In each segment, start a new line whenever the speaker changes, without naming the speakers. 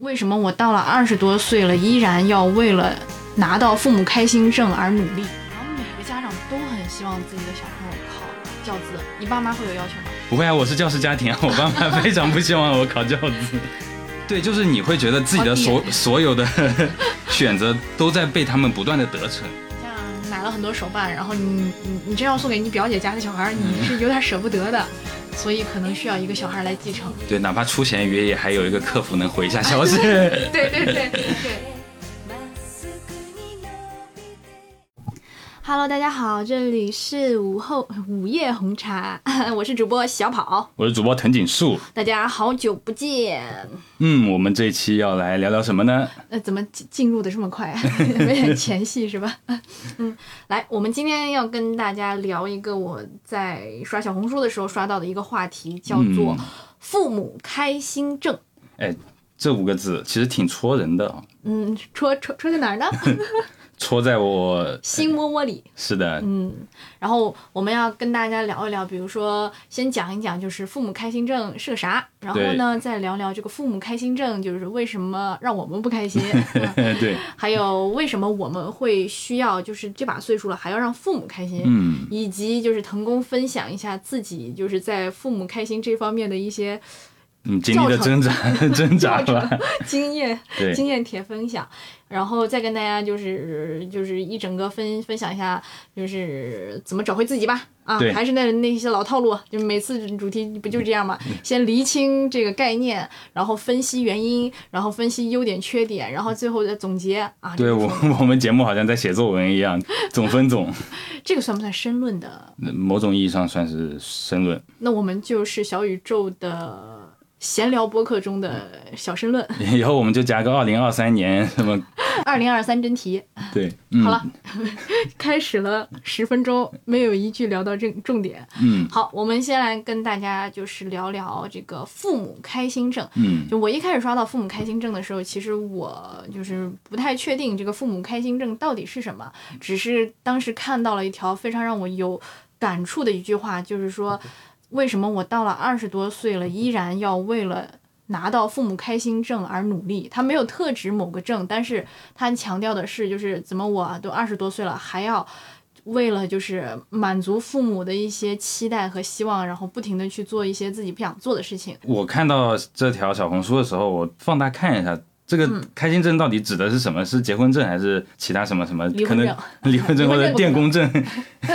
为什么我到了二十多岁了，依然要为了拿到父母开心证而努力？然后每个家长都很希望自己的小朋友考教资，你爸妈会有要求吗？
不会啊，我是教师家庭啊， 我爸妈非常不希望我考教资。对，就是哦你会觉得自己的
好
所所有的 选择都在被他们不断的得逞。
像买了很多手办，然后你你你真要送给你表姐家的小孩儿，你是有点舍不得的，所以可能需要一个小孩来继承。
对，哪怕出闲鱼也还有一个客服能回一下消 息。
对对对对。Hello，大家好，这里是午后午夜红茶， 我是主播小跑，
我是主播藤井树，
大家好久不见。
嗯，我们这一期要来聊聊什么呢？
呃，怎么进进入的这么快？ 有点前戏是吧？ 嗯，来，我们今天要跟大家聊一个我在刷小红书的时候刷到的一个话题，叫做
嗯
“父母开心症
哎，这五个字其实挺戳人的哦，”。
嗯，戳戳戳在哪儿 呢？
戳在我
心窝窝里。
是的，
然后我们要跟大家聊一聊，比如说先讲一讲就是父母开心症是个啥，然后呢再聊聊这个父母开心症就是为什么让我们不 开心，嗯
对，
还有为什么我们会需要就是这把岁数了还要让父母开心，
嗯，
以及就是腾工分享一下自己就是在父母开心这方面的一 些
你嗯经历的挣扎挣扎吧，
经验
对，
经验帖分享，然后再跟大家就是就是一整个分分享一下，就是怎么找回自己吧。啊
对，
还是那那些老套路，就每次主题不就这样
嗯
嘛？先厘清这个概念，然后分析原因，然后分析优点缺点，然后最后再总结啊。这
对
个
我
算
我们节目好像在写作文一样，总分总，
这个算不算申论的？
某种意义上算是申论，
那我们就是小宇宙的闲聊播客中的小申论，
以后我们就加个二零二三年 什么，
二零二三真题。
对，嗯
好了， 开始了十分钟，没有一句聊到正重点。
嗯
好，我们先来跟大家就是聊聊这个父母开心症。
嗯，
就我一开始刷到父母开心症的时候，其实我就是不太确定这个父母开心症到底是什么，只是当时看到了一条非常让我有感触的一句话，就是说，
嗯
为什么我到了二十多岁了，依然要为了。拿到父母开心证而努力，他没有特指某个证，但是他强调的是，就是怎么我都二十多岁了，还要为了就是满足父母的一些期待和希望，然后不停的去做一些自己不想做的事情。
我看到这条小红书的时候，我放大看一下。这
嗯
个开心证到底指的是什么？是结婚证还是其他什么什么？
离
可
婚
能
证
离婚证
离婚
或者
证
电工 证。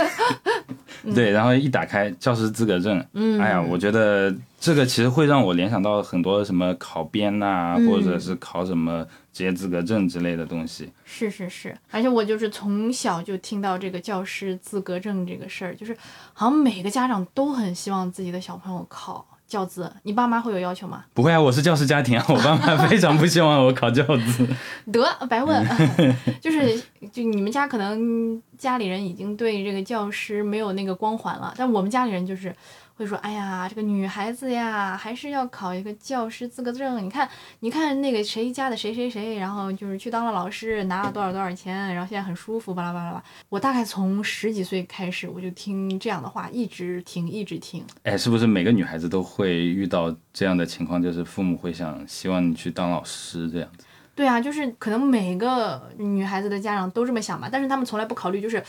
对，然后一打开教师资格证，
嗯，
哎呀，我觉得这个其实会让我联想到很多什么考编呐、
嗯
或者是考什么职业资格证之类的东西。
是是是，而且我就是从小就听到这个教师资格证这个事儿，就是好像每个家长都很希望自己的小朋友考教资，你爸妈会有要求吗？
不会啊，我是教师家庭啊，我爸妈非常不希望我考教资。
得白问， 就是就你们家可能家里人已经对这个教师没有那个光环了，但我们家里人就是会说，哎呀，这个女孩子呀，还是要考一个教师资格证。你看，你看那个谁家的谁谁谁，然后就是去当了老师，拿了多少多少钱，然后现在很舒服，巴拉巴拉巴拉。我大概从十几岁开始，我就听这样的话，一直听，一直听。
哎，是不是每个女孩子都会遇到这样的情况？就是父母会想希望你去当老师这样子。
对啊，就是可能每个女孩子的家长都这么想吧，但是他们从来不考虑就是。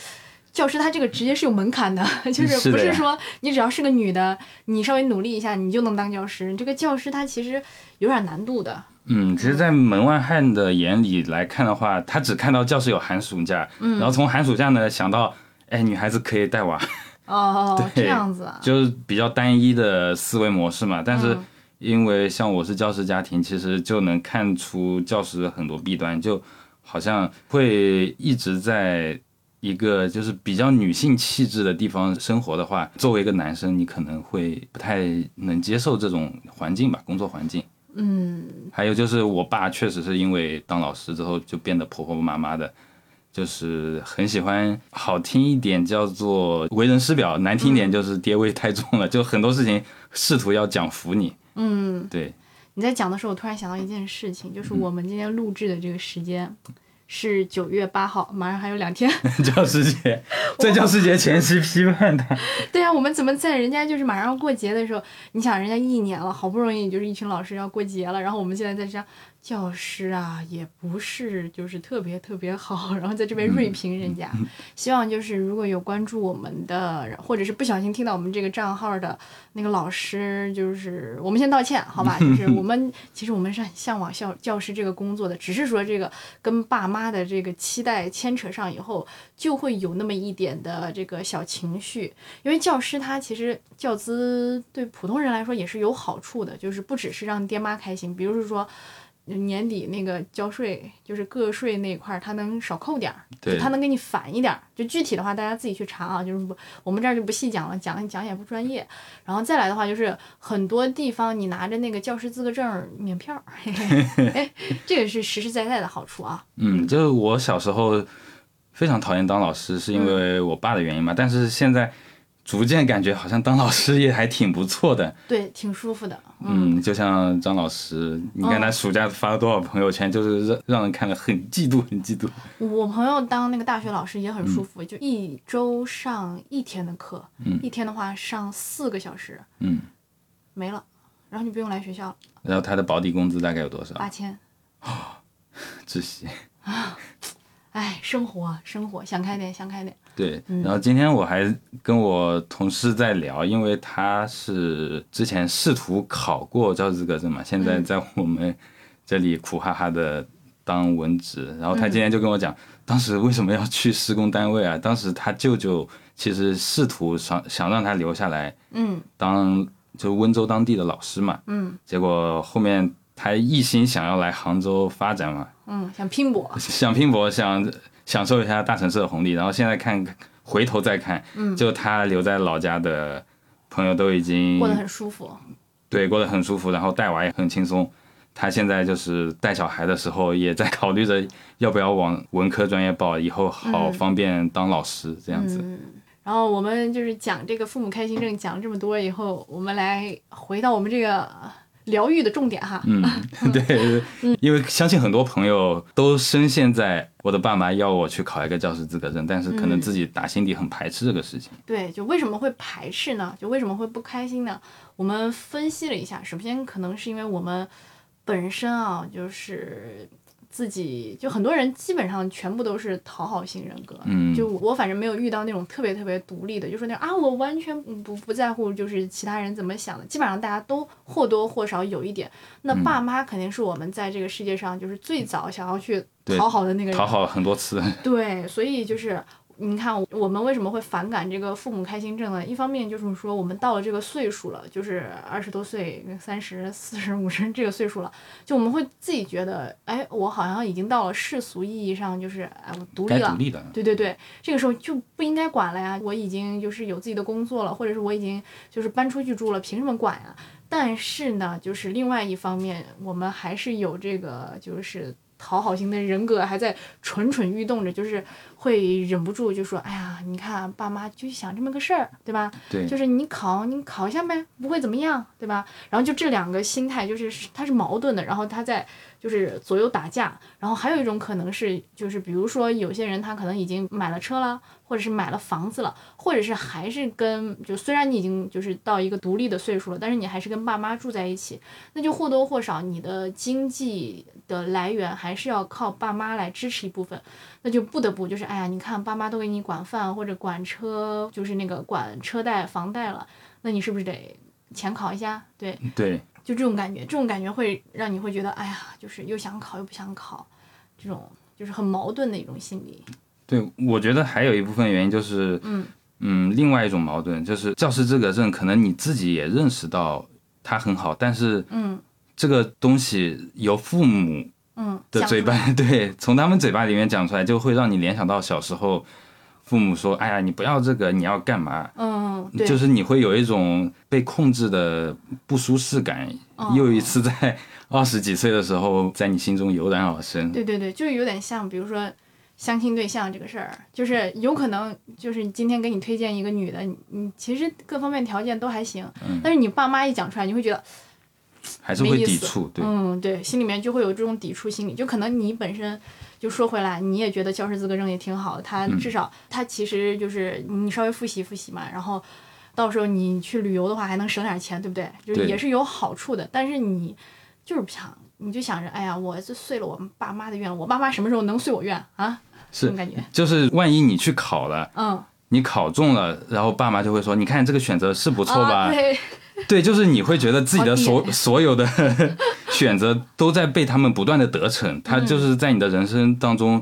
教师他这个职业是有门槛的， 就是
是
不
的呀
是说你只要是个女的，你稍微努力一下，你就能当教师。这个教师他其实有点难度的，
嗯，其实，在门外汉的眼里来看的话，他只看到教师有寒暑假，然后从寒暑假呢想到，哎，女孩子可以带娃，
哦，这
对
样子啊，
就是比较单一的思维模式嘛。但是
嗯
因为像我是教师家庭，其实就能看出教师很多弊端，就好像会一直在一个就是比较女性气质的地方生活的话，作为一个男生，你可能会不太能接受这种环境吧，工作环境。嗯，还有就是我爸确实是因为当老师之后就变得婆婆妈妈的，就是很喜欢好听一点叫做为人师表，难听一点就是爹味太重了，就很多事情试图要讲服你。嗯，对，
你在讲的时候，我突然想到一件事情，
嗯
就是我们今天录制的这个时间是九月八号，马上还有两天。
教师节，在教师节前夕批判他，
对啊，我们怎么在人家就是马上要过节的时候，你想人家一年了，好不容易就是一群老师要过节了，然后我们现在在这样教师啊，也不是就是特别特别好， 然后在这边锐评人家。 希望就是如果有关注我们的，或者是不小心听到我们这个账号的那个老师，就是我们先道歉，好吧？就是我们 其实我们是很向往校教师这个工作的，只是说这个跟爸妈的这个期待牵扯上以后，就会有那么一点的这个小情绪。因为教师他其实教资对普通人来说也是有好处的，就是不只是让爹妈开心，比如说嗯年底那个交税，就是个税那一块儿，他能少扣点儿，
对
就他能给你返一点儿。就具体的话，大家自己去查啊，就是不我们这儿就不细讲了，讲讲也不专业。然后再来的话，就是很多地方你拿着那个教师资格证儿免票儿， 嘿嘿哎，这个是实实在在的好处啊。
嗯，就是我小时候非常讨厌当老师，是因为我爸的原因嘛。但是现在逐渐感觉好像当老师也还挺不错的。
对，挺舒服的。
嗯，就像张老师，你看他暑假发了多少朋友圈，就是让让人看了很嫉妒，很嫉妒。
我朋友当那个大学老师也很舒服，就一周上一天的课，一天的话上四个小时，
嗯，
没了，然后就不用来学校了，
然后他的保底工资大概有多少？
八千。
窒息。
哎，生活生活，想开点，想开点。
对，然后今天我还跟我同事在聊，因为他是之前试图考过教师资格证嘛，现
嗯
在在我们这里苦哈哈的当文职。然后他今天就跟我讲，
嗯
当时为什么要去施工单位啊？当时他舅舅其实试图想想让他留下来
嗯
当就温州当地的老师嘛，
嗯
结果后面他一心想要来杭州发展嘛，
嗯，想拼搏。
想拼搏，想享受一下大城市的红利，然后现在看回头再看，
嗯
就他留在老家的朋友都已经
过得很舒服，
对过得很舒服，然后带娃也很轻松。他现在就是带小孩的时候，也在考虑着要不要往文科专业报，以后好方便当老师、这样子。
嗯然后我们就是讲这个父母开心症，讲了这么多以后，我们来回到我们这个疗愈的重点哈。
嗯，对，因为相信很多朋友都深陷在我的爸妈要我去考一个教师资格证，但是可
嗯
能自己打心底很排斥这个事情。
对，就为什么会排斥呢？就为什么会不开心呢？我们分析了一下，首先可能是因为我们本身啊，就是自己就很多人基本上全部都是讨好型人格。
嗯
就我反正没有遇到那种特别特别独立的，就说那种啊，我完全不不不在乎，就是其他人怎么想的。基本上大家都或多或少有一点。那
嗯
爸妈肯定是我们在这个世界上就是最早想要去
对
讨好的那个人。
讨好很多次，
对，所以就是你看，我们为什么会反感这个父母开心症呢？一方面就是说，我们到了这个岁数了，就是二十多岁、三十四十五十这个岁数了，就我们会自己觉得，哎，我好像已经到了世俗意义上，就是哎，我独立
该
了
独。立的。
对对对，这个时候就不应该管了呀！我已经就是有自己的工作了，或者是我已经就是搬出去住了，凭什么管呀？但是呢，就是另外一方面，我们还是有这个就是讨好型的人格还在蠢蠢欲动着，就是会忍不住就说：“哎呀，你看爸妈就想这么个事儿，对吧？
对，
就是你考，你考一下呗，不会怎么样，对吧？然后就这两个心态，就是是它是矛盾的，然后它在就是左右打架。然后还有一种可能是，就是比如说有些人他可能已经买了车了，或者是买了房子了，或者是还是跟就虽然你已经就是到一个独立的岁数了，但是你还是跟爸妈住在一起，那就或多或少你的经济的来源还是要靠爸妈来支持一部分。那就不得不就是，哎呀，你看爸妈都给你管饭或者管车，就是那个管车贷、房贷了，那你是不是得钱考一下？对，
对，
就这种感觉，这种感觉会让你会觉得，哎呀，就是又想考又不想考，这种就是很矛盾的一种心理。
对，我觉得还有一部分原因就是，
嗯
嗯另外一种矛盾就是教师资格证，可能你自己也认识到它很好，但是
嗯
这个东西由父母
嗯，
的
讲
嘴
出来
巴， 对，从他们嘴巴里面讲出来，就会让你联想到小时候父母说：“哎呀，你不要这个，你要干嘛？”
嗯，对，
就是你会有一种被控制的不舒适感，
哦
又一次在二十几岁的时候在你心中油然而生。
对对对，就是有点像，比如说相亲对象这个事儿，就是有可能就是今天给你推荐一个女的，你你其实各方面条件都还行，
嗯
但是你爸妈一讲出来，你会觉得。
还是
没
会
意
抵
思
触，对，
嗯，对，心里面就会有这种抵触心理，就可能你本身就说回来，你也觉得教师资格证也挺好，它
嗯
至少、它其实就是你稍微复习复习嘛，然后到时候你去旅游的话还能省点钱，对不对？就是
对
也是有好处的，但是你就是不想你就想着，哎呀，我这碎了我爸妈的愿了，我爸妈什么时候能碎我愿啊？这
是
种感觉，
就是万一你去考了，
嗯，
你考中了，然后爸妈就会说，你看这个选择是不错吧？
啊、对，哦
对，就是你会觉得自己的
好
所
点
所有的 选择都在被他们不断的得
嗯
逞，他就是在你的人生当中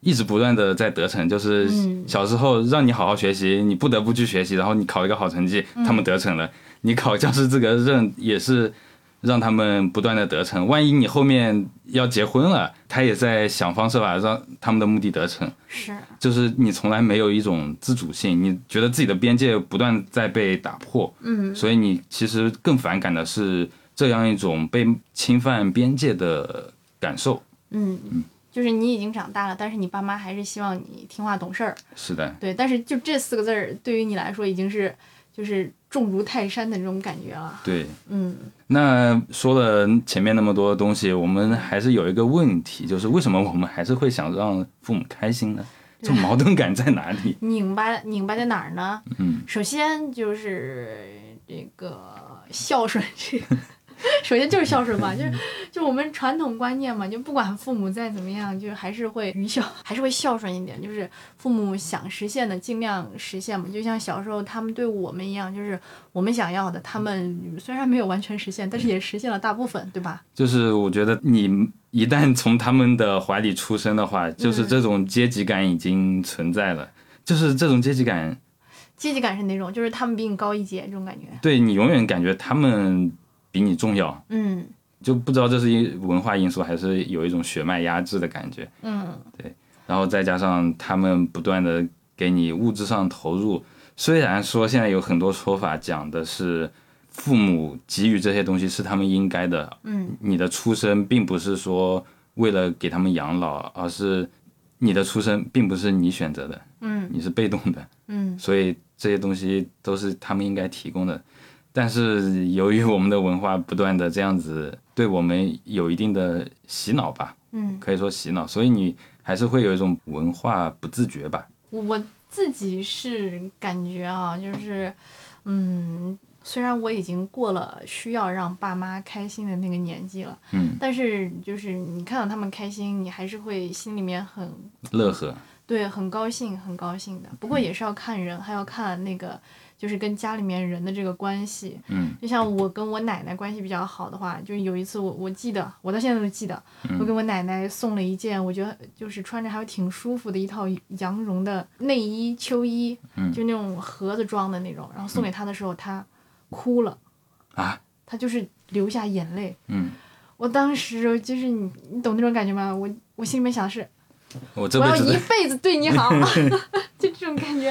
一直不断的在得逞。就是
嗯
小时候让你好好学习，你不得不去学习，然后你考一个好成绩，
嗯
他们得逞了；你考教师资格证也是让他们不断的得逞。万一你后面要结婚了，他也在想方设法让他们的目的得逞。
是，
就是你从来没有一种自主性，你觉得自己的边界不断在被打破，嗯，所以你其实更反感的是这样一种被侵犯边界的感受。
嗯，就是你已经长大了，但是你爸妈还是希望你听话懂事儿，
是的，
对，但是就这四个字儿对于你来说已经是就是重如泰山的那种感觉了，
对。
嗯
那说了前面那么多东西，我们还是有一个问题，就是为什么我们还是会想让父母开心呢？这矛盾感在哪里？
拧巴拧巴在哪儿呢？
嗯，
首先就是这个孝顺， 这个首先就是孝顺嘛，就是就我们传统观念嘛，就不管父母再怎么样，就是还是会愚孝， 还是会孝顺一点，就是父母想实现的尽量实现嘛，就像小时候他们对我们一样，就是我们想要的，他们虽然没有完全实现，但是也实现了大部分，对吧？
就是我觉得你一旦从他们的怀里出生的话，就是这种阶级感已经存在了，就是这种阶级感
阶级感是哪种？就是他们比你高一截这种感觉，
对你永远感觉他们比你重要，
嗯
就不知道这是一文化因素还是有一种血脉压制的感觉。
嗯，
然后再加上他们不断的给你物质上投入，虽然说现在有很多说法讲的是父母给予这些东西是他们应该的，嗯，你的出生并不是说为了给他们养老，而是你的出生并不是你选择的，嗯，你是被动的，嗯，所以这些东西都是他们应该提供的。但是由于我们的文化不断的这样子对我们有一定的洗脑吧，嗯，可以说洗脑，所以你还是会有一种文化不自觉吧。
我自己是感觉啊，就是，嗯，虽然我已经过了需要让爸妈开心的那个年纪了，
嗯，
但是就是你看到他们开心，你还是会心里面很
乐呵，
对，很高兴，很高兴的。不
嗯
过也是要看人，还要看那个，就是跟家里面人的这个关系。
嗯，
就像我跟我奶奶关系比较好的话，就有一次我我记得，我到现在都记得，
嗯
我给我奶奶送了一件我觉得就是穿着还挺舒服的一套羊绒的内衣秋衣，
嗯
就那种盒子装的那种。然后送给她的时候，她哭了
啊，
她就是流下眼泪。
嗯，
我当时就是你，你懂那种感觉吗？我我心里面想的是，
我这
我
辈
要
子
一
的
辈子对你好， 就这种感觉。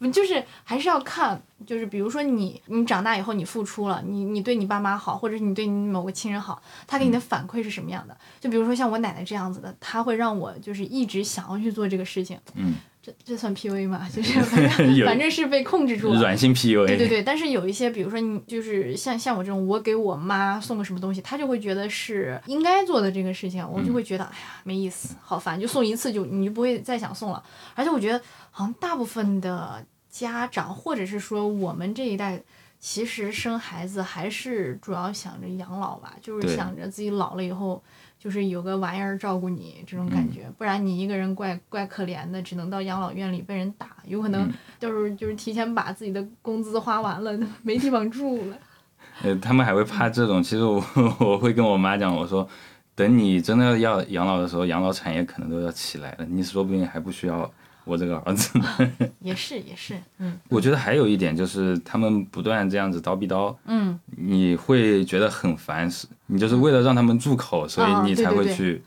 嗯就是还是要看，就是比如说你，你长大以后你付出了，你你对你爸妈好，或者是你对你某个亲人好，他给你的反馈是什么样的？就比如说像我奶奶这样子的，她会让我就是一直想要去做这个事情。
嗯，
这这算 PUA 吗？ 就是反正
有
反正是被控制住了。
软性 PUA，
对对对，但是有一些，比如说你就是像像我这种，我给我妈送个什么东西，她就会觉得是应该做的这个事情，我就会觉得、哎呀没意思，好烦，就送一次就你就不会再想送了。而且我觉得好像大部分的家长，或者是说我们这一代。其实生孩子还是主要想着养老吧，就是
对
想着自己老了以后，就是有个玩意儿照顾你这种
嗯
感觉，不然你一个人怪怪可怜的，只能到养老院里被人打，有可
嗯
能就是就是提前把自己的工资花完了， 没地方住了。
呃，他们还会怕这种。其实我 我会跟我妈讲，我说，等你真的要养老的时候，养老产业可能都要起来了，你说不定还不需要我这个儿子呢。
也是也是，嗯
我觉得还有一点就是，他们不断这样子叨逼叨，
嗯，
你会觉得很烦，是你就是为了让他们住口，所
啊
以你
对
才
对
会
对
去。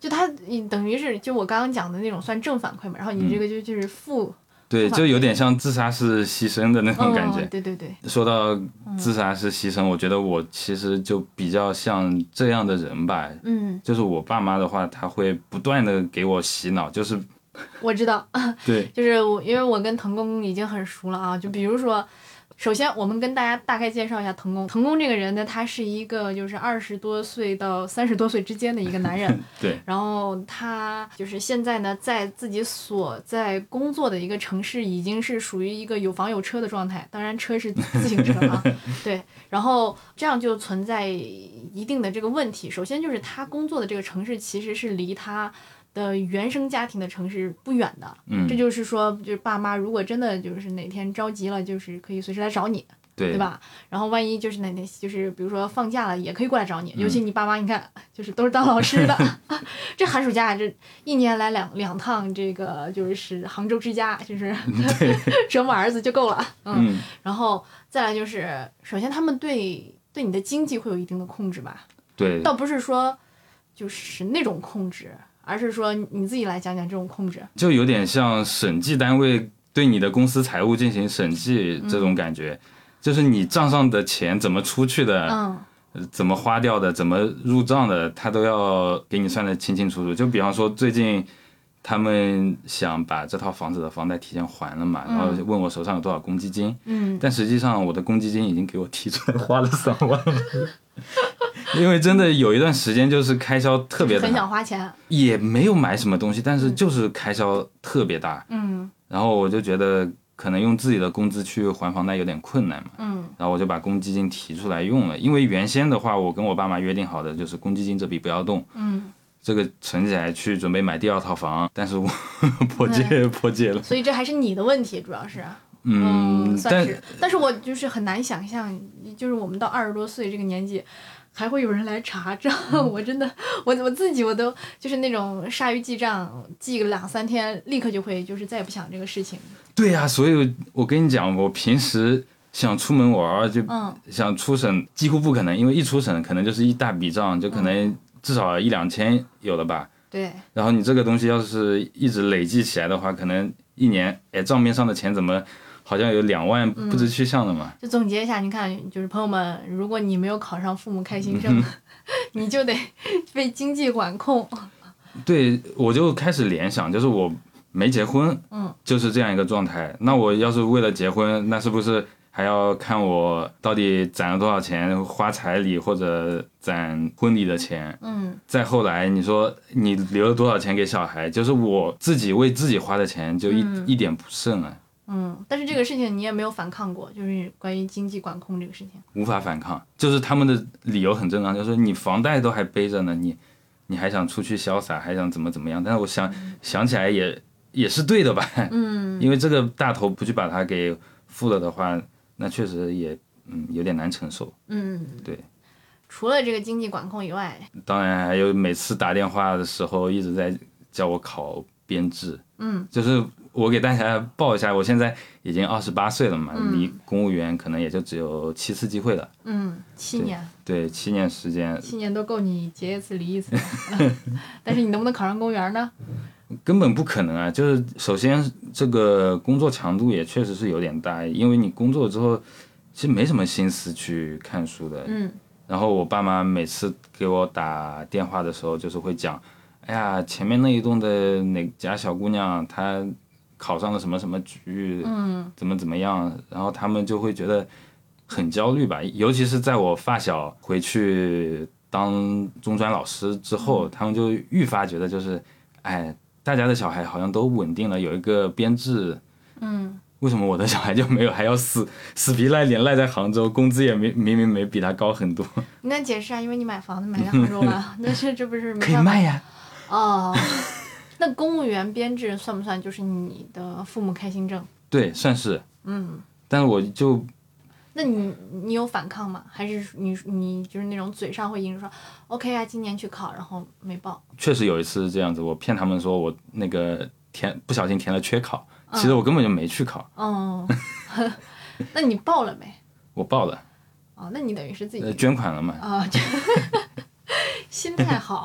就他你等于是就我刚刚讲的那种算正反馈嘛，然后你
嗯
这个就就是负
对，
反
就有点像自杀式牺牲的那种感觉
嗯。对对对，
说到自杀式牺牲，我觉得我其实就比较像这样的人吧。
嗯，
就是我爸妈的话，他会不断的给我洗脑，就是
我知道，
对，
就是我因为我跟腾公已经很熟了啊，就比如说。首先，我们跟大家大概介绍一下滕公。滕公这个人呢，他是一个就是二十多岁到三十多岁之间的一个男人，
对，
然后他就是现在呢，在自己所在工作的一个城市，已经是属于一个有房有车的状态。当然，车是自行车啊。对，然后这样就存在一定的这个问题。首先就是他工作的这个城市其实是离他的原生家庭的城市不远的。
嗯
这，就是说，就是爸妈如果真的就是哪天着急了，就是可以随时来找你，
对
对？吧？然后万一就是哪天就是比如说放假了，也可以过来找你。
嗯
尤其你爸妈，你看就是都是当老 师的，这寒暑假这一年来两两趟，这个就是是杭州之家，就是 折磨儿子就够了。嗯，
嗯，
然后再来就是，首先他们对对你的经济会有一定的控制吧，
对，
倒不是说就是那种控制，而是说你自己来讲讲这种控制。
就有点像审计单位对你的公司财务进行审计这种感觉，就是你账上的钱怎么出去的，
嗯。
呃怎么花掉的，怎么入账的，他都要给你算得清清楚楚。就比方说最近。他们想把这套房子的房贷提前还了嘛，然后问我手上有多少公积金，
嗯，
但实际上我的公积金已经给我提出来花了三万 了，因为真的有一段时间就是开销特别大，
很想花钱，
也没有买什么东西，但是就是开销特别大，
嗯
然后我就觉得可能用自己的工资去还房贷有点困难嘛，
嗯
然后我就把公积金提出来用了，因为原先的话我跟我爸妈约定好的就是公积金这笔不要动，
嗯，
这个存起来去准备买第二套房，但是我
嗯
破戒破戒了，
所以这还是你的问题，主要是，
嗯，
哦算
但
是，但是我就是很难想象，就是我们到二十多岁这个年纪。还会有人来查账，
嗯
我真的，我我自己我都就是那种善于记账，记个两三天，立刻就会就是再也不想这个事情。
对呀、所以我跟你讲，我平时想出门玩儿就
嗯
想出省几乎不可能，因为一出省可能就是一大笔账，就可能至少一两千有了吧。
对，
然后你这个东西要是一直累积起来的话，可能一年，哎，账面上的钱怎么好像有两万不知去向了嘛？
就总结一下，你看，就是朋友们，如果你没有考上父母开心
嗯
证， 你就得 被经济管控。
对，我就开始联想，就是我没结婚，
嗯，
就是这样一个状态。那我要是为了结婚，那是不是还要看我到底攒了多少钱，花彩礼或者攒婚礼的钱？
嗯，
再后来，你说你留了多少钱给小孩？就是我自己为自己花的钱，就一、一点不剩了，
嗯，但是这个事情你也没有反抗过，就是关于经济管控这个事情。
无法反抗。就是他们的理由很正常，就是你房贷都还背着呢，你你还想出去潇洒，还想怎么怎么样？但是我想、想起来也也是对的吧，嗯， 因为这个大头不去把它给付了的话，那确实也嗯有点难承受。
嗯，
对。
除了这个经济管控以外，
当然还有每次打电话的时候一直在叫我考编制，嗯，就是我给大家报一下，我现在已经二十八岁了嘛，离公务员可能也就只有七次机会了，
嗯，七年，
对，七年时间
七年都够你结一次离一次了。 但是你能不能考上公务员呢？
根本不可能啊！就是首先这个工作强度也确实是有点大，因为你工作之后其实没什么心思去看书的，
嗯
然后我爸妈每次给我打电话的时候，就是会讲，哎呀，前面那一栋的哪家小姑娘她考上了什么什么局，
嗯
怎么怎么样，然后他们就会觉得很焦虑吧。尤其是在我发小回去当中专老师之后，
嗯
他们就愈发觉得就是，哎，大家的小孩好像都稳定了，有一个编制，
嗯
为什么我的小孩就没有，还要死 死皮赖脸赖在杭州，工资也没明明没比他高很多。
你那解释啊，因为你买房子买在杭州 了，但是这不是没
可以
办法
卖呀。
哦。那公务员编制算不算就是你的父母开心证？
对，算是。
嗯，
但是我就
那你你有反抗吗？还是你你就是那种嘴上会硬说 OK 啊，今年去考，然后没报？
确实有一次是这样子，我骗他们说我那个填不小心填了缺考，其实我根本就没去考，
哦， 那你报了没？
我报了，
哦，那你等于是自己
呃，捐款了嘛。
啊，这心态好、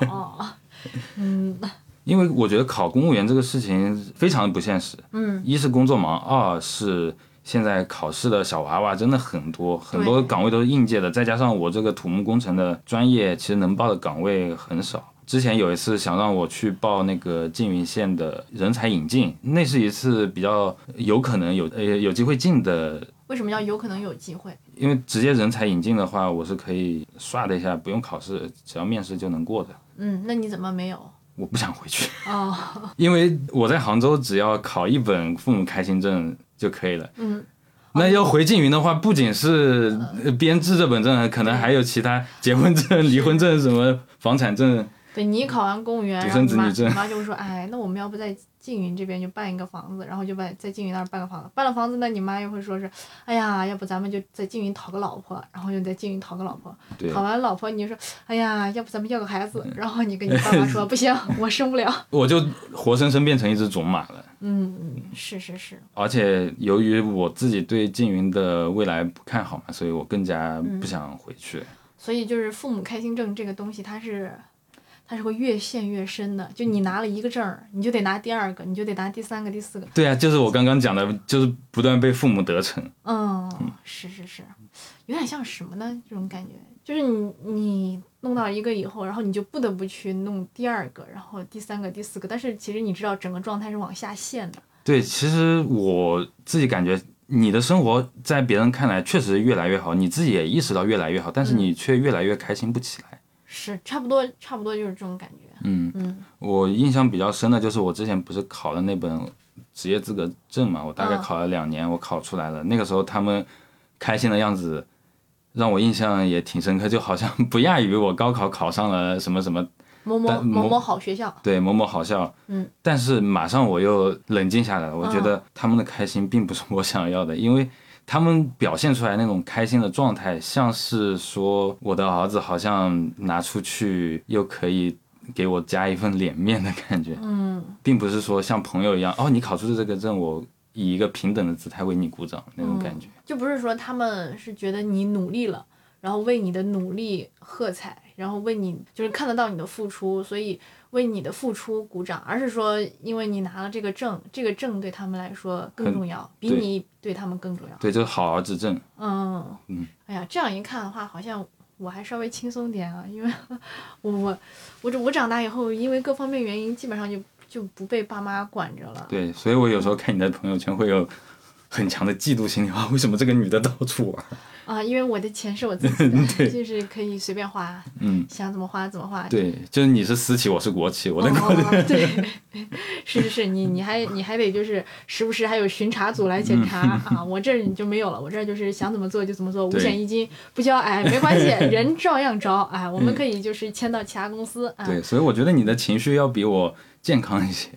嗯
因为我觉得考公务员这个事情非常不现实，
嗯，
一是工作忙，二是现在考试的小娃娃真的很多，很多岗位都是应届的，再加上我这个土木工程的专业，其实能报的岗位很少。之前有一次想让我去报那个缙云县的人才引进，那是一次比较有可能有呃有机会进的
为什么叫有可能有机会？
因为职业人才引进的话，我是可以唰的一下，不用考试，只要面试就能过的。
嗯，那你怎么没有？
我不想回去，
哦，
因为我在杭州只要考一本父母开心证就可以了。
嗯，
那要回缙云的话，不仅是呃编制这本证，可能还有其他结婚证、离婚证、什么房产证。
对你一考完公务员，
独
然后
生
你
子
妈
女证
你妈就说，哎，那我们要不在缙云这边就办一个房子，然后就办在缙云那儿办个房子，办了房子呢，你妈又会说是，哎呀，要不咱们就在缙云讨个老婆，然后就在缙云讨个老婆，
对，嗯
讨完老婆你就说，哎呀，要不咱们要个孩子，然后你跟你爸妈 说不行，我生不了。
我就活生生变成一只种马了。
嗯，是是是，
而且由于我自己对缙云的未来不看好嘛，所以我更加不想回去。
所以就是父母开心证这个东西，它是。它是会越陷越深的，就
嗯
你拿了一个证儿，你就得拿第二个，你就得拿第三个、第四个，
对啊，就是我刚刚讲的，就是不断被父母得逞。
嗯，是是是，有点像什么呢？这种感觉就是你你弄到一个以后，然后你就不得不去弄第二个，然后第三个、第四个，但是其实你知道整个状态是往下陷的。
对，其实我自己感觉，你的生活在别人看来确实越来越好，你自己也意识到越来越好，但是你却越来越开心不起来。
是，差不多，差不多就是这种感觉。
嗯，
嗯
我印象比较深的就是我之前不是考了那本职业资格证嘛，我大概
嗯
考了两年，我考出来了。那个时候他们开心的样子，让我印象也挺深刻，就好像不亚于我高考考上了什么什么，
某某
但
某
某
某好学校，
对某某好校。
嗯，
但是马上我又冷静下来了，我觉得他们的开心并不是我想要的，因为他们表现出来那种开心的状态，像是说我的儿子好像拿出去又可以给我加一份脸面的感觉，
嗯，
并不是说像朋友一样，哦，你考出这个证，我以一个平等的姿态为你鼓掌那种感觉。
就不是说他们是觉得你努力了，然后为你的努力喝彩，然后为你就是看得到你的付出，所以为你的付出鼓掌，而是说因为你拿了这个证，这个证对他们来说更
很
重要，比
对
你对他们更重要。
对，就是好儿子证。
嗯，
嗯
哎呀，这样一看的话，好像我还稍微轻松点啊，因为 我我我这我长大以后，因为各方面原因，基本上就就不被爸妈管着了。
对，所以我有时候看你的朋友圈会有很强的嫉妒心理啊，为什么这个女的到处玩？
啊，因为我的钱是我自己 的，就是可以随便花，
嗯，
想怎么花怎么花。
对，就是你是私企，我是国企，我的
哦，哦对，是是是，你你还你还得就是时不时还有巡查组来检
嗯
查啊，我这儿你就没有了，我这儿就是想怎么做就怎么做，五
对
险一金不交，哎，没关 系，人照样招，哎，我们可以就是签到其他公司，啊，
嗯对，所以我觉得你的情绪要比我健康一些。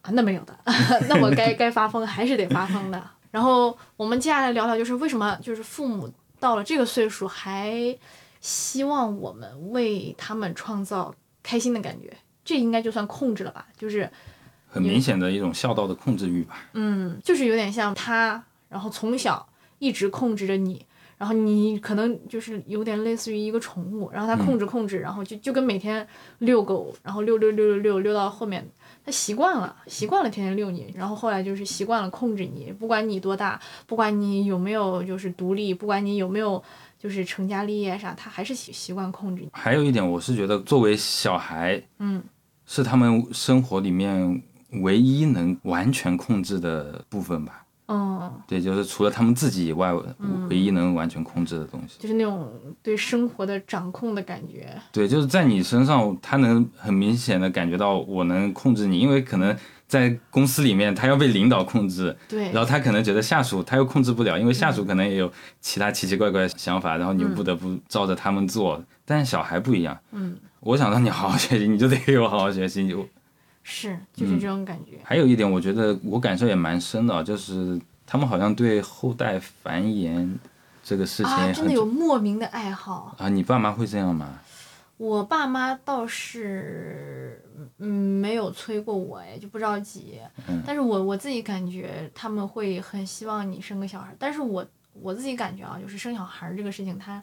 啊，那没有的， 那我该该发疯还是得发疯的。然后我们接下来聊聊，就是为什么就是父母到了这个岁数还希望我们为他们创造开心的感觉，这应该就算控制了吧？就是
很明显的一种孝道的控制欲吧，
嗯，就是有点像他，然后从小一直控制着你，然后你可能就是有点类似于一个宠物，然后他
嗯
控制控制，然后就就跟每天遛狗，然后遛遛遛遛遛遛到后面，他习惯了，习惯了天天遛你，然后后来就是习惯了控制你，不管你多大，不管你有没有就是独立，不管你有没有就是成家立业啥，他还是习习惯控制你。
还有一点，我是觉得作为小孩，
嗯，
是他们生活里面唯一能完全控制的部分吧。
嗯，
对，就是除了他们自己以外，唯一能完全控制的东西。
就是那种对生活的掌控的感觉。
对，就是在你身上，他能很明显的感觉到我能控制你，因为可能在公司里面，他要被领导控制，
对，
然后他可能觉得下属他又控制不了，因为下
嗯
属可能也有其他奇奇怪怪的想法，然后你又不得不照着他们做。但是小孩不一样，
嗯，
我想让你好好学习，你就得给我好好学习。我
是，
嗯
就是这种感觉。
还有一点，我觉得我感受也蛮深的，啊就是他们好像对后代繁衍这个事情
啊，
也
真的
很
有莫名的爱好。
啊，你爸妈会这样吗？
我爸妈倒是嗯没有催过我哎，就不着急。
嗯
但是我我自己感觉他们会很希望你生个小孩儿，但是我我自己感觉啊，就是生小孩儿这个事情，他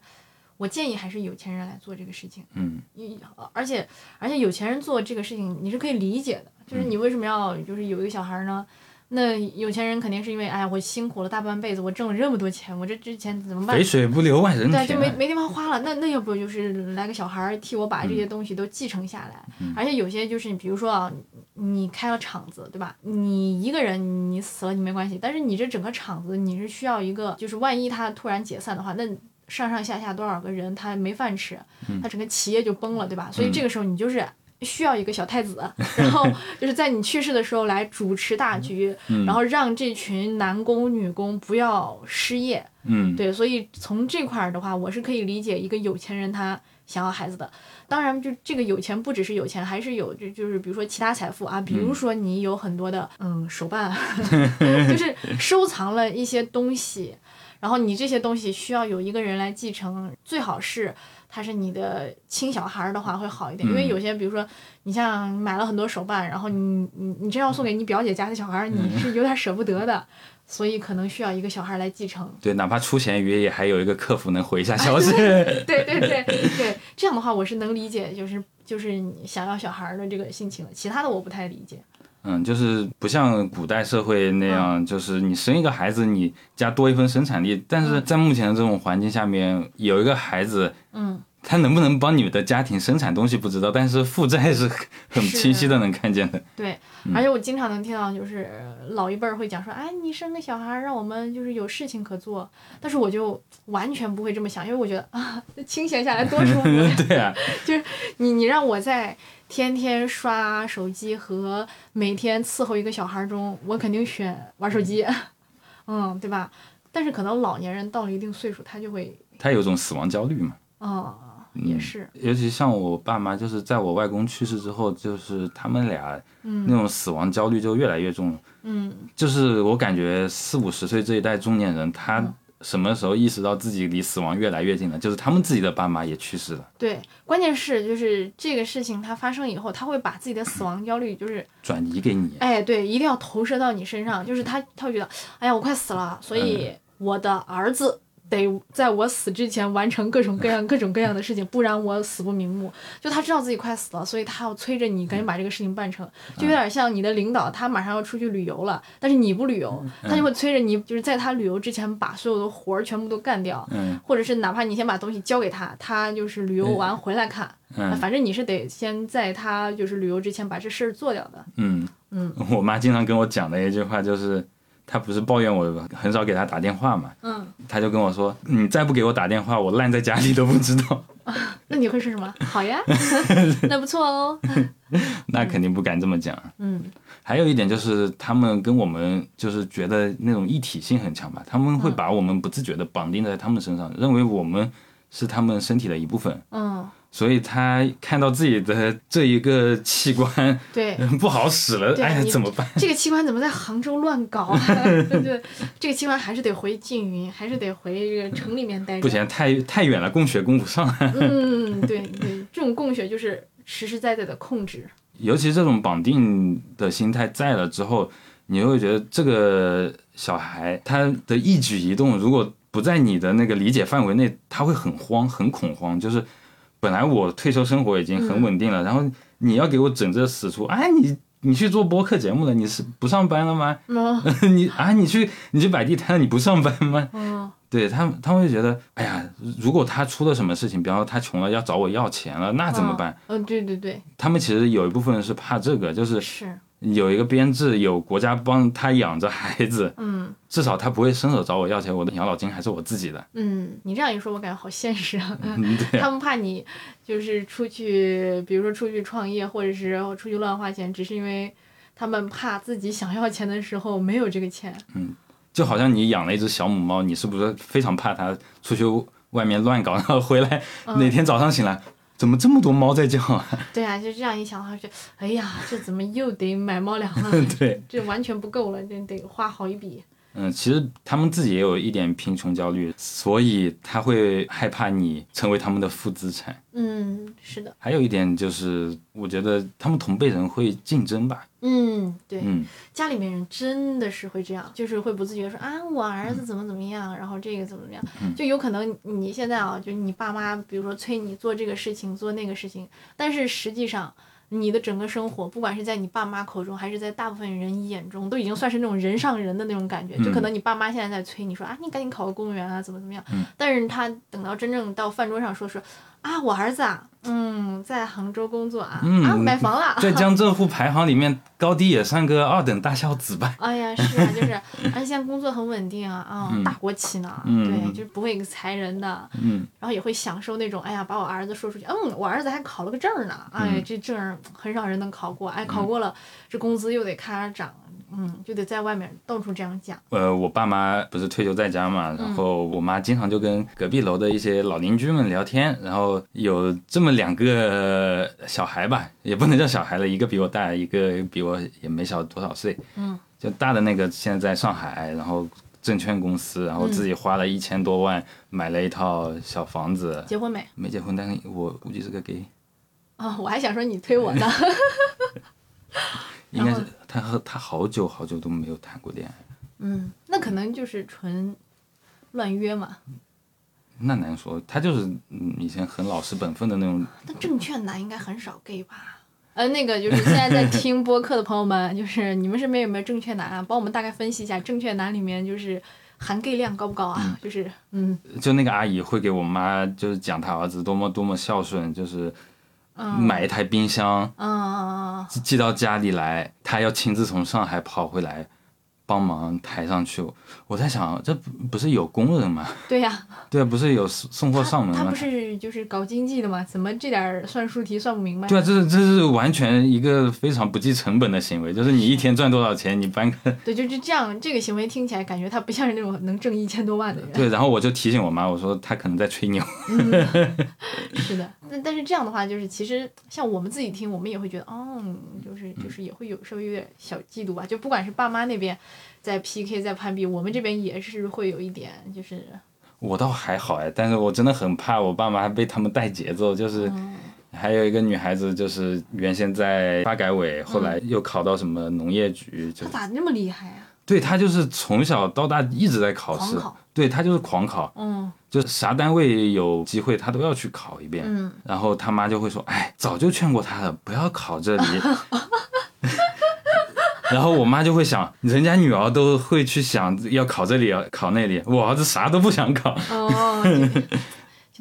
我建议还是有钱人来做这个事情。
嗯，
一而且而且有钱人做这个事情你是可以理解的，就是
嗯
你为什么要就是有一个小孩呢？那有钱人肯定是因为哎呀，我辛苦了大半辈子，我挣了这么多钱，我这之前怎么办
肥？水不流外人
对啊，
田
就
啊、
没没地方花了。那那要不就是来个小孩儿替我把这些东西都继承下来，而且有些就是比如说啊，你开了厂子，对吧？你一个人你死了你没关系，但是你这整个厂子你是需要一个，就是万一它突然解散的话，那上上下下多少个人他没饭吃，他整个企业就崩了，对吧？所以这个时候你就是。需要一个小太子，然后就是在你去世的时候来主持大局，然后让这群男工女工不要失业。
嗯，
对，所以从这块儿的话，我是可以理解一个有钱人他想要孩子的。当然，就这个有钱不只是有钱，还是有就就是比如说其他财富啊，比
嗯
如说你有很多的嗯手办， 就是收藏了一些东西，然后你这些东西需要有一个人来继承，最好是他是你的亲小孩儿的话会好一点，因为
嗯
有些比如说你像买了很多手办，然后你你你真要送给你表姐家的小孩儿，你
嗯
是有点舍不得的，所以可能需要一个小孩儿来继承。
对，哪怕出咸鱼也还有一个客服能回一 下消息。
对对对对，这样的话我是能理解，就是就是你想要小孩儿的这个心情了，其他的我不太理解。
嗯，就是不像古代社会那样，就是你生一个孩子，你家多一份生产力。但是在目前的这种环境下面，有一个孩子，
嗯，
他能不能帮你的家庭生产东西不知道，但是负债是很很
是
清晰的能看见的。
对，而且我经常能听到就是老一辈儿会讲说，哎，你生个小孩儿，让我们就是有事情可做。但是我就完全不会这么想，因为我觉得啊， 清闲下来多舒服呀。
对啊，
你你让我在天天刷手机和每天伺候一个小孩儿中，我肯定选玩手机， 嗯，对吧？但是可能老年人到了一定岁数，他就会，
他有种死亡焦虑嘛。
嗯，也是，
尤其像我爸妈，就是在我外公去世之后，就是他们俩那种死亡焦虑就越来越重。
嗯，
就是我感觉四五十岁这一代中年人，他
嗯
什么时候意识到自己离死亡越来越近了？就是他们自己的爸妈也去世了，
对，关键是就是这个事情它发生以后，他会把自己的死亡焦虑，就是
转移给你。嗯
哎，对，一定要投射到你身上，就是他他会觉得，哎呀，我快死了，所以
哎
我的儿子。得在我死之前完成各种各 样、各种各样的事情，不然我死不瞑目。就他知道自己快死了，所以他要催着你赶紧把这个事情办成，
嗯
就有点像你的领导，他马上要出去旅游了，但是你不旅
嗯
游，他就会催着你，就是在他旅游之前把所有的活儿全部都干掉。
嗯
或者是哪怕你先把东西交给他，他就是旅游完回来看，啊
嗯
反正你是得先在他就是旅游之前把这事儿做掉的。
嗯
嗯，
我妈经常跟我讲的一句话就是，她不是抱怨我很少给她打电话嘛，
嗯，
她就跟我说，你再不给我打电话，我烂在家里都不知道。
那你会说什 么？好呀，那不错哦。
那肯定不敢这么讲。
嗯
还有一点就是，他们跟我们就是觉得那种一体性很强吧，他们会把我们不自觉的绑定在他们身上，认为我们是他们身体的一部分，
嗯，
所以他看到自己的这一个器官
对，
不好使了，
对
哎呀
你
怎么办？
这个器官怎么在杭州乱搞啊？ 对对，这个器官还是得回缙云，还是得回这个城里面待着。
不行，太太远了，供血供不上。
嗯，对对，这种供血就是实实在在的控制。
尤其这种绑定的心态在了之后，你会觉得这个小孩他的一举一动，如果不在你的那个理解范围内，他会很慌、很恐慌。就是本来我退休生活已经很稳定了，然后你要给我整这死出，哎，你你去做播客节目了，你是不上班了吗？
嗯
你啊，你去你去摆地摊，你不上班吗？
嗯
对他们，他们会觉得，哎呀，如果他出了什么事情，比方说他穷了要找我要钱了，那怎么办？
嗯，对对对，
他们其实有一部分人是怕这个，就是
是，
有一个编制，有国家帮他养着孩子，
嗯
至少他不会伸手找我要钱，我的养老金还是我自己的。
嗯，你这样一说，我感觉好现实啊。
嗯，对
他们怕你就是出去，比如说出去创业，或者是哦出去乱花钱，只是因为他们怕自己想要钱的时候没有这个钱。
就好像你养了一只小母猫，你是不是非常怕它出去外面乱搞，然后回来哪天早上醒来，怎么这么多猫在叫啊？
对啊，就这样一想，他就哎呀，这怎么又得买猫粮了？
对，
这完全不够了，这得花好一笔。
嗯，其实他们自己也有一点贫穷焦虑，所以他会害怕你成为他们的负资产。
嗯，是的，
还有一点就是，我觉得他们同辈人会竞争吧，
嗯，对，
嗯，
家里面人真的是会这样，就是会不自觉地说啊，我儿子怎么怎么样，然后这个怎么怎么样，就有可能你现在啊，就是你爸妈，比如说催你做这个事情，做那个事情，但是实际上你的整个生活，不管是在你爸妈口中，还是在大部分人眼中，都已经算是那种人上人的那种感觉。就可能你爸妈现在在催你说啊，你赶紧考个公务员啊，怎么怎么样，但是他等到真正到饭桌上说说啊，我儿子啊，嗯，在杭州工作啊，
嗯
啊，买房了。
在江浙沪排行里面，高低也算个二等大孝子吧。
哎呀，是啊，就是，而且现在工作很稳定啊，啊、
嗯
大国企呢，
嗯
对，就是不会裁人的，
嗯，
然后也会享受那种，哎呀，把我儿子说出去，嗯，我儿子还考了个证呢，
嗯
哎，这证儿很少人能考过，哎，考过了，这工资又得咔咔涨，嗯，就得在外面到处这样讲，
呃，我爸妈不是退休在家
嗯
嘛，然后我妈经常就跟隔壁楼的一些老邻居们聊天，然后有这么两个呃小孩吧，也不能叫小孩了，一个比我大，一个比我也没小多少岁。
嗯，
就大的那个现在在上海，然后证券公司，然后自己花了一千多万买了一套小房子，
结婚没？
没结婚，但是我估计是个 gay，
啊、我还想说你推我 呢，
应该是
然
他和他好久好久都没有谈过恋爱，
嗯，那可能就是纯乱约嘛，
那难说，他就是嗯以前很老实本分的那种
那证券男应该很少 gay 吧？呃，那个就是现在在听播客的朋友们， 就是你们身边有没有证券男啊？帮我们大概分析一下，证券男里面就是含 gay 量高不高啊？就是嗯
就那个阿姨会给我妈就是讲她儿子多么多么孝顺，就是买一台冰箱
嗯嗯
寄寄到家里来，她要亲自从上海跑回来帮忙抬上去。我在想，这不不是有工人吗？
嗯，对呀、
对啊，不是有送送货上门
他
吗
不？是就是搞经济的嘛？怎么这点儿算术题算不明白？
对啊，这是这是完全一个非常不计成本的行为，就是你一天赚多少钱，你搬个
对，就是这样，这个行为听起来感觉他不像是那种能挣一千多万的人。
对。然后我就提醒我妈，我说她可能在吹牛。
是的，那但是这样的话，就是其实像我们自己听，我们也会觉得，哦，就是就是也会有稍微有点小嫉妒吧。就不管是爸妈那边在 PK 在攀比，我们这边也是会有一点，就是
我倒还好哎，但是我真的很怕我爸妈被他们带节奏，就是
哦
还有一个女孩子，就是原先在发改委，后来又考到什么农业局，就
他咋那么厉害啊？
对她就是从小到大一直在考
狂
试，
考，
对她就是狂考，
嗯
就是啥单位有机会她都要去考一遍，
嗯，
然后她妈就会说，哎，早就劝过她了，不要 考这里。然后我妈就会想，人家女儿都会去想要考这里，考那里，我儿子啥都不想考。
哦，就就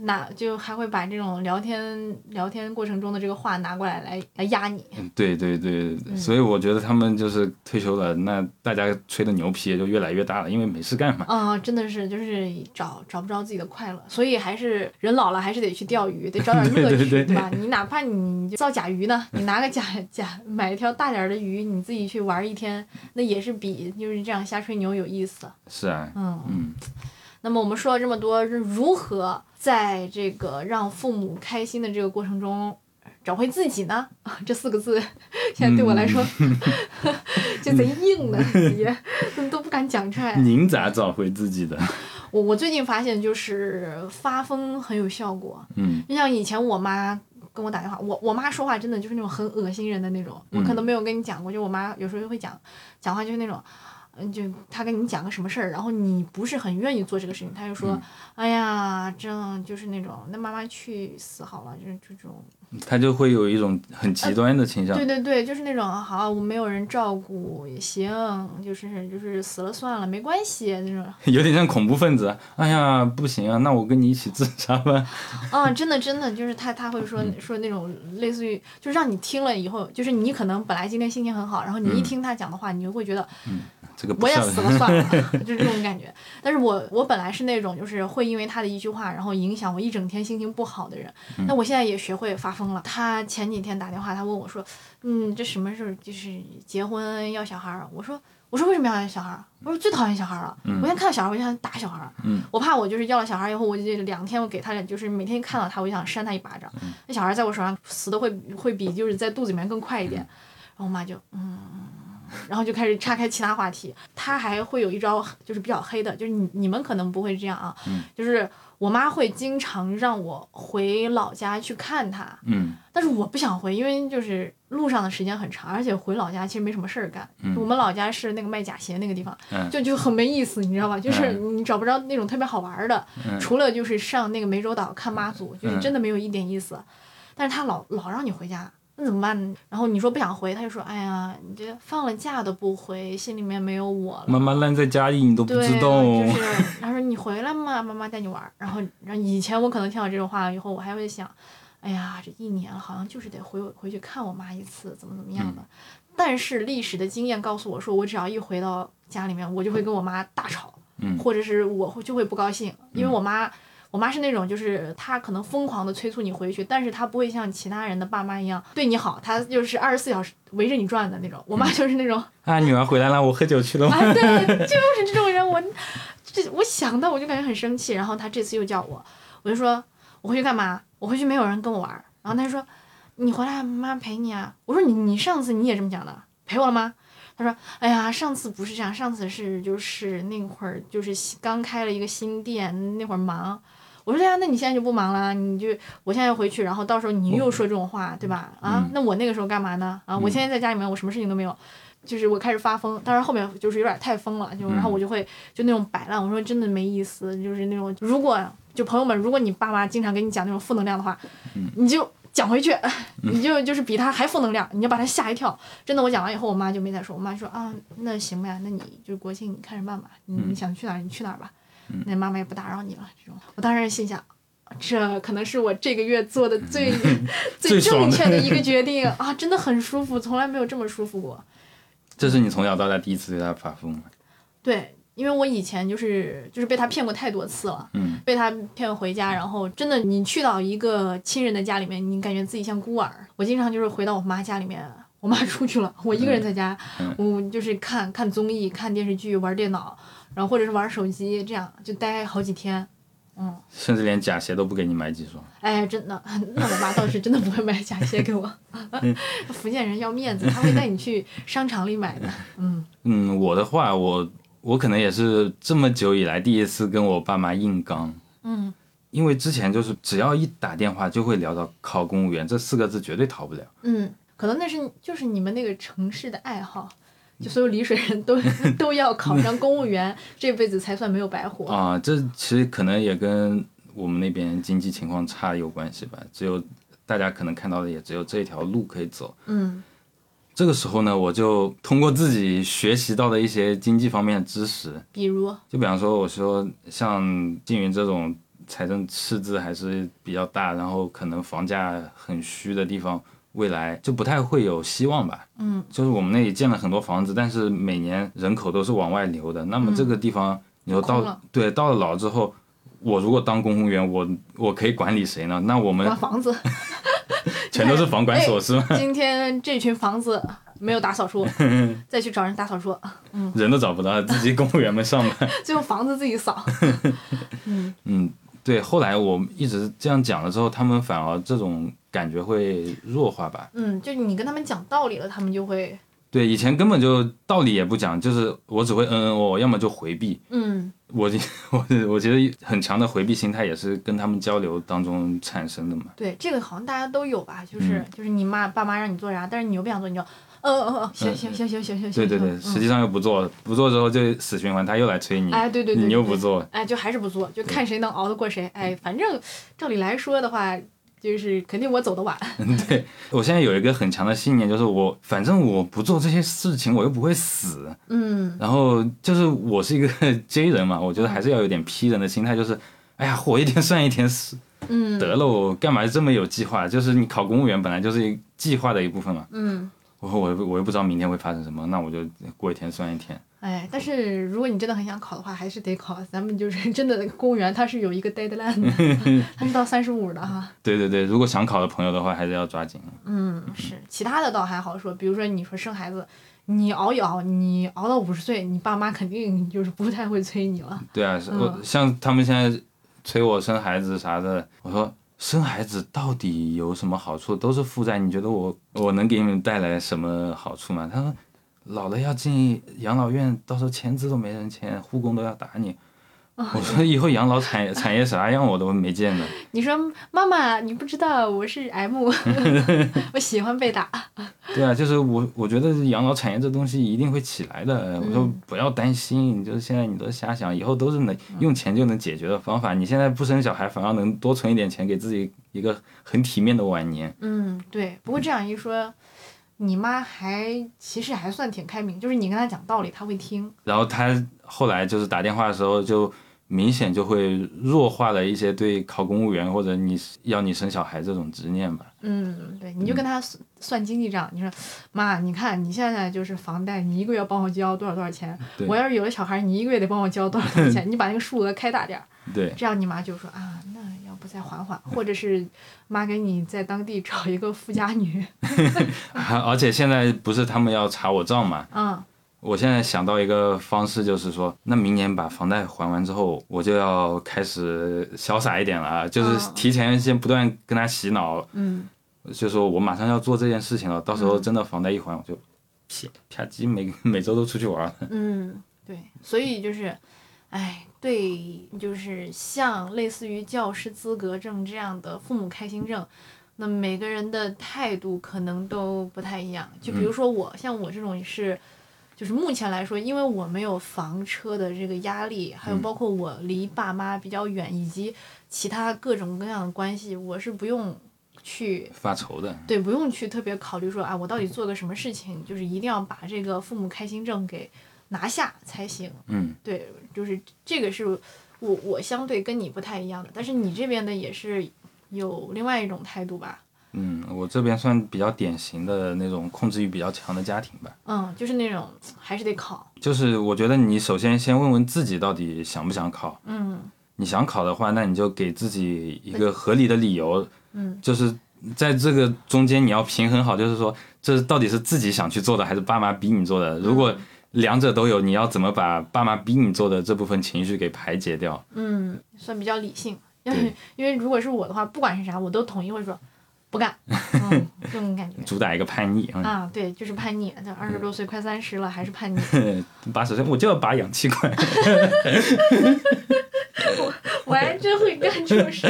拿就还会把这种聊天聊天过程中的这个话拿过来来来压你，
嗯，对对对，对所以我觉得他们就是退休了，那大家吹的牛皮也就越来越大了，因为没事干嘛。
啊、真的是就是找找不着自己的快乐，所以还是人老了还是得去钓鱼，得找 点乐趣，
对对对
吧？你哪怕你就造假鱼呢，你拿个 假假买一条大点儿的鱼，你自己去玩一天，那也是比就是这样瞎吹牛有意思。
是啊，
嗯，
嗯，
那么我们说了这么多，是如何在这个让父母开心的这个过程中。找回自己呢？啊，这四个字，现在对我来说，
嗯
就贼硬 的，也都不敢讲出来。
您咋找回自己的？
我我最近发现就是发疯很有效果，
嗯
就像以前我妈跟我打电话，我我妈说话真的就是那种很恶心人的那种，我
嗯
可能没有跟你讲过，就我妈有时候会讲，讲话就是那种。嗯，就她跟你讲个什么事儿，然后你不是很愿意做这个事情，她就说：“
嗯
哎呀，这样就是那种，那妈妈去死好了，就是这种。”
他就会有一种很极端的倾向。
对对对，就是那种好，我没有人照顾也行，就是就是死了算了，没关系那种。
有点像恐怖分子，哎呀，不行啊，那我跟你一起自杀吧。
啊，真的真的，就是他他会说说那种类似于，就让你听了以后，就是你可能本来今天心情很好，然后你一
嗯
听他讲的话，你就会觉得
这个不
我也
像
死了 算了，就是这种感觉。但是我我本来是那种就是会因为他的一句话，然后影响我一整天心情不好的人。
嗯
那我现在也学会发疯了。他前几天打电话，他问我说：“嗯，这什么时候就是结婚要小孩儿？”啊我说。我说为什么要小孩儿？我说最讨厌小孩儿了。我现在看到小孩儿，我就想打小孩儿。
嗯
我怕我就是要了小孩儿以后，我就两天我给他，就是每天看到他，我就想扇他一巴掌。
嗯
那小孩儿在我手上死的会会比就是在肚子里面更快一
嗯
点。然后我妈就然后就开始岔开其他话题。他还会有一招，就是比较黑的，就是你你们可能不会这样啊，
嗯
就是我妈会经常让我回老家去看她，
嗯
但是我不想回，因为就是路上的时间很长，而且回老家其实没什么事儿干。
嗯
我们老家是那个卖假鞋那个地方，
嗯
就就很没意思，你知道吧？就是你找不着那种特别好玩儿的，
嗯
除了就是上那个湄洲岛看妈祖，就是
嗯
真的没有一点意思。但是他老老让你回家，那怎么办？然后你说不想回，他就说，哎呀，你这放了假都不回，心里面没有我了。
妈妈烂在家里，你都不
对，啊
知道。
就是 他说你回来嘛，妈妈带你玩儿。然后，然后以前我可能听到这种话以后，我还会想，哎呀，这一年好像就是得回回去看我妈一次，怎么怎么样
嗯
的。但是历史的经验告诉我说，我只要一回到家里面，我就会跟我妈大吵，
嗯
或者是我会就会不高兴，因为我妈。我妈是那种，就是她可能疯狂的催促你回去，但是她不会像其他人的爸妈一样对你好，她就是二十四小时围着你转的那种。我妈就是那种，
啊，女儿回来了，我喝酒去了。
啊，对，就是这种人，我这我想到我就感觉很生气。然后他这次又叫我，我就说我回去干嘛？我回去没有人跟我玩儿。然后他就说你回来妈陪你啊。我说你你上次你也这么讲的，陪我了吗？他说：“哎呀，上次不是这样，上次是就是那会儿就是新刚开了一个新店，那会儿忙。”我说：“对呀，啊那你现在就不忙了，你就我现在回去，然后到时候你又说这种话，对吧？啊，那我那个时候干嘛呢？啊，我现在在家里面，我什么事情都没有，就是我开始发疯，当然后面就是有点太疯了，就然
嗯
后我就会就那种摆烂，我说真的没意思，就是那种如果就朋友们，如果你爸妈经常给你讲那种负能量的话，
嗯
你就讲 回去，你就就是比他还负能量，你就把他吓一跳。真的，我讲完以后，我妈就没再说，我妈说啊，那行吧，那你就国庆你看着办吧，
嗯
你你想去哪儿你去哪儿吧，那妈妈也不打扰你了。这种，我当时心想。这可能是我这个月做的 最最
最爽
正
的
确的一 个决定啊！真的很舒服，从来没有这么舒服过。
这是你从小到大第一次对他发疯吗？
对，因为我以前就是就是被他骗过太多次了，
嗯
被他骗回家，然后真的你去到一个亲人的家里面，你感觉自己像孤儿。我经常就是回到我妈家里面，我妈出去了，我一个人在家，我就是看看综艺、看电视剧、玩电脑，然后或者是玩手机，这样就待好几天。嗯
甚至连假鞋都不给你买几双。
哎，真的， 那我妈倒是真的不会买假鞋给我。 福建人要面子，她会带你去商场里买的。嗯，
嗯，我的话，我我可能也是这么久以来第一次跟我爸妈硬刚。
嗯，
因为之前就是只要一打电话就会聊到考公务员这四个字，绝对逃不了。
嗯，可能那是就是你们那个城市的爱好，就所有丽水人都 都要考上公务 员，这辈子才算没有白活。
啊、这其实可能也跟我们那边经济情况差有关系吧。只有大家可能看到的也只有这一条路可以走。
嗯
这个时候呢，我就通过自己学习到的一些经济方面的知识，
比如，
就比方说，我说像缙云这种财政赤字还是比较大，然后可能房价很虚的地方，未来就不太会有希望吧。
嗯，
就是我们那里建了很多房子，但是每年人口都是往外流的。那么这个地方，你说
嗯空
到
了
对到了老之后，我如果当公务员，我我可以管理谁呢？那我们
管房 哎子，
全都是房管所是吗？
今天这群房子没有打扫除，再去找人打扫除，
人都找不到，自己公务员们上班。
最后房子自己扫。
嗯，对。后来我一直这样讲了之后，他们反而这种感觉会弱化吧。
嗯，就你跟他们讲道理了，他们就会，
对，以前根本就道理也不讲，就是我只会嗯嗯哦，要么就回避。
嗯
我 我我觉得很强的回避心态也是跟他们交流当中产生的嘛。
对，这个好像大家都有吧，
嗯
就是、就是你妈爸妈让你做啥，但是你又不想做，你就，嗯嗯嗯，行行行行行行行，
对对对，
嗯
实际上又不做，不做之后就死循环，他又来催你，
哎对对对，
你又
对
不做，
哎，就还是不做，就看谁能熬得过谁。哎，反正照理来说的话，就是肯定我走得晚。
我现在有一个很强的信念，就是我反正我不做这些事情，我又不会死。
嗯，
然后就是我是一个 J 人嘛，我觉得还是要有点 P 人的心态，就是哎呀，活一天算一天，死
嗯
得了，我干嘛这么有计划？就是你考公务员本来就是一计划的一部分嘛。
嗯，
我我我又不知道明天会发生什么，那我就过一天算一天。
哎，但是如果你真的很想考的话，还是得考。咱们就是 真的公务员，他是有一个 deadline 的，他是到三十五的哈。
对对对，如果想考的朋友的话，还是要抓紧。
嗯，是，其他的倒还好说，比如说你说生孩子。你熬一熬，你熬到五十岁，你爸妈肯定就是不太会催你了。
对啊，是我
嗯
像他们现在催我生孩子啥的，我说生孩子到底有什么好处？都是负债，你觉得我我能给你们带来什么好处吗？他说老了要进养老院，到时候签字都没人签，护工都要打你。我说以后养老产产业啥样我都没见呢。
你说妈妈，你不知道我是 M，我喜欢被打。
对啊，就是我我觉得养老产业这东西一定会起来的。我说不要担心，就是现在你都瞎想，以后都是能用钱就能解决的方法。你现在不生小孩，反而能多存一点钱，给自己一个很体面的晚年。
嗯，对。不过这样一说，你妈还其实还算挺开明，就是你跟她讲道理，她会听。
然后他后来就是打电话的时候，就明显就会弱化了一些对考公务员或者你要你生小孩这种执念吧。
嗯，对，你就跟她算算经济账，你说妈，你看你现在就是房贷，你一个月要帮我交多少多少钱？
对
我要是有了小孩，你一个月得帮我交多少多少钱？你把那个数额开大点儿。
对，
这样你妈就说啊，那要不再缓缓，或者是妈给你在当地找一个富家女。
还而且现在不是他们要查我账嘛，
嗯
我现在想到一个方式，就是说，那明年把房贷还完之后，我就要开始潇洒一点了啊，就是
嗯
提前先不断跟他洗脑，
嗯，
就说我马上要做这件事情了，到时候真的房贷一还，我就啪啪叽每每周都出去玩了。
嗯，对，所以就是，哎，对，就是像类似于教师资格证这样的父母开心证，那每个人的态度可能都不太一样。就比如说我，像我这种是。就是目前来说，因为我没有房车的这个压力，还有包括我离爸妈比较远，以及其他各种各样的关系，我是不用去
发愁的，
对，不用去特别考虑说啊，我到底做个什么事情，就是一定要把这个父母开心证给拿下才行。
嗯，
对，就是这个是我我相对跟你不太一样的，但是你这边的也是有另外一种态度吧？
嗯，我这边算比较典型的那种控制欲比较强的家庭吧。
嗯，就是那种还是得考。
就是我觉得你首先先问问自己到底想不想考，
嗯
你想考的话，那你就给自己一个合理的理由，
嗯
就是在这个中间你要平衡好，就是说这到底是自己想去做的，还是爸妈逼你
嗯
做的？如果两者都有，你要怎么把爸妈逼你做的这部分情绪给排解掉？
嗯，算比较理性，因为
对
因为如果是我的话，不管是啥，我都统一会说不干，嗯，这种感觉。
主打一个叛逆，嗯
啊，对，就是叛逆，就二十多岁快三十了还是叛逆。
嗯，八十岁我就要拔氧气管，
我还真会干这种事。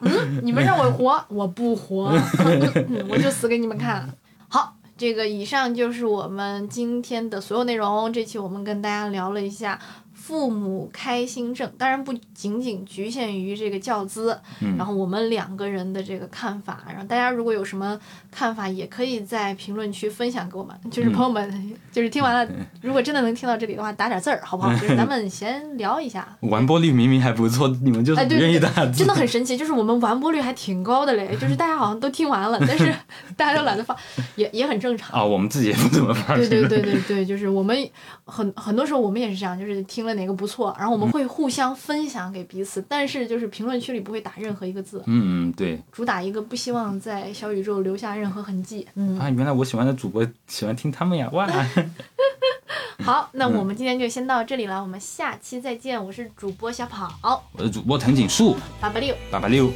嗯，你们让我活，我不活，嗯我就死给你们看。好，这个以上就是我们今天的所有内容。这期我们跟大家聊了一下。父母开心证，当然不仅仅局限于这个教资，
嗯
然后我们两个人的这个看法，然后大家如果有什么看法，也可以在评论区分享给我们。
嗯
就是朋友们， 就是听完了，如果真的能听到这里的话，打点字儿好不好？就是咱们闲聊一下。
完播率明明还不错，你们就是
哎，
不
对对
愿意打
对
字。
真的很神奇，就是我们完播率还挺高的 嘞，就是大家好像都听完了，但是大家都懒得发，也也很正常。
啊，我们自己也不怎么玩。
对对对对对，就是我们很很多时候我们也是这样，就是听了哪个不错，然后我
嗯
们会互相分享给彼此，但是就是评论区里不会打任何一个字，
嗯嗯，对
主打一个不希望在小宇宙留下任何痕迹。嗯，
啊，原来我喜欢的主播喜欢听他们呀，哇，
好，那
嗯
我们今天就先到这里了，我们下期再见，我是主播小跑
我是主播藤井树，
八八六。
八八六。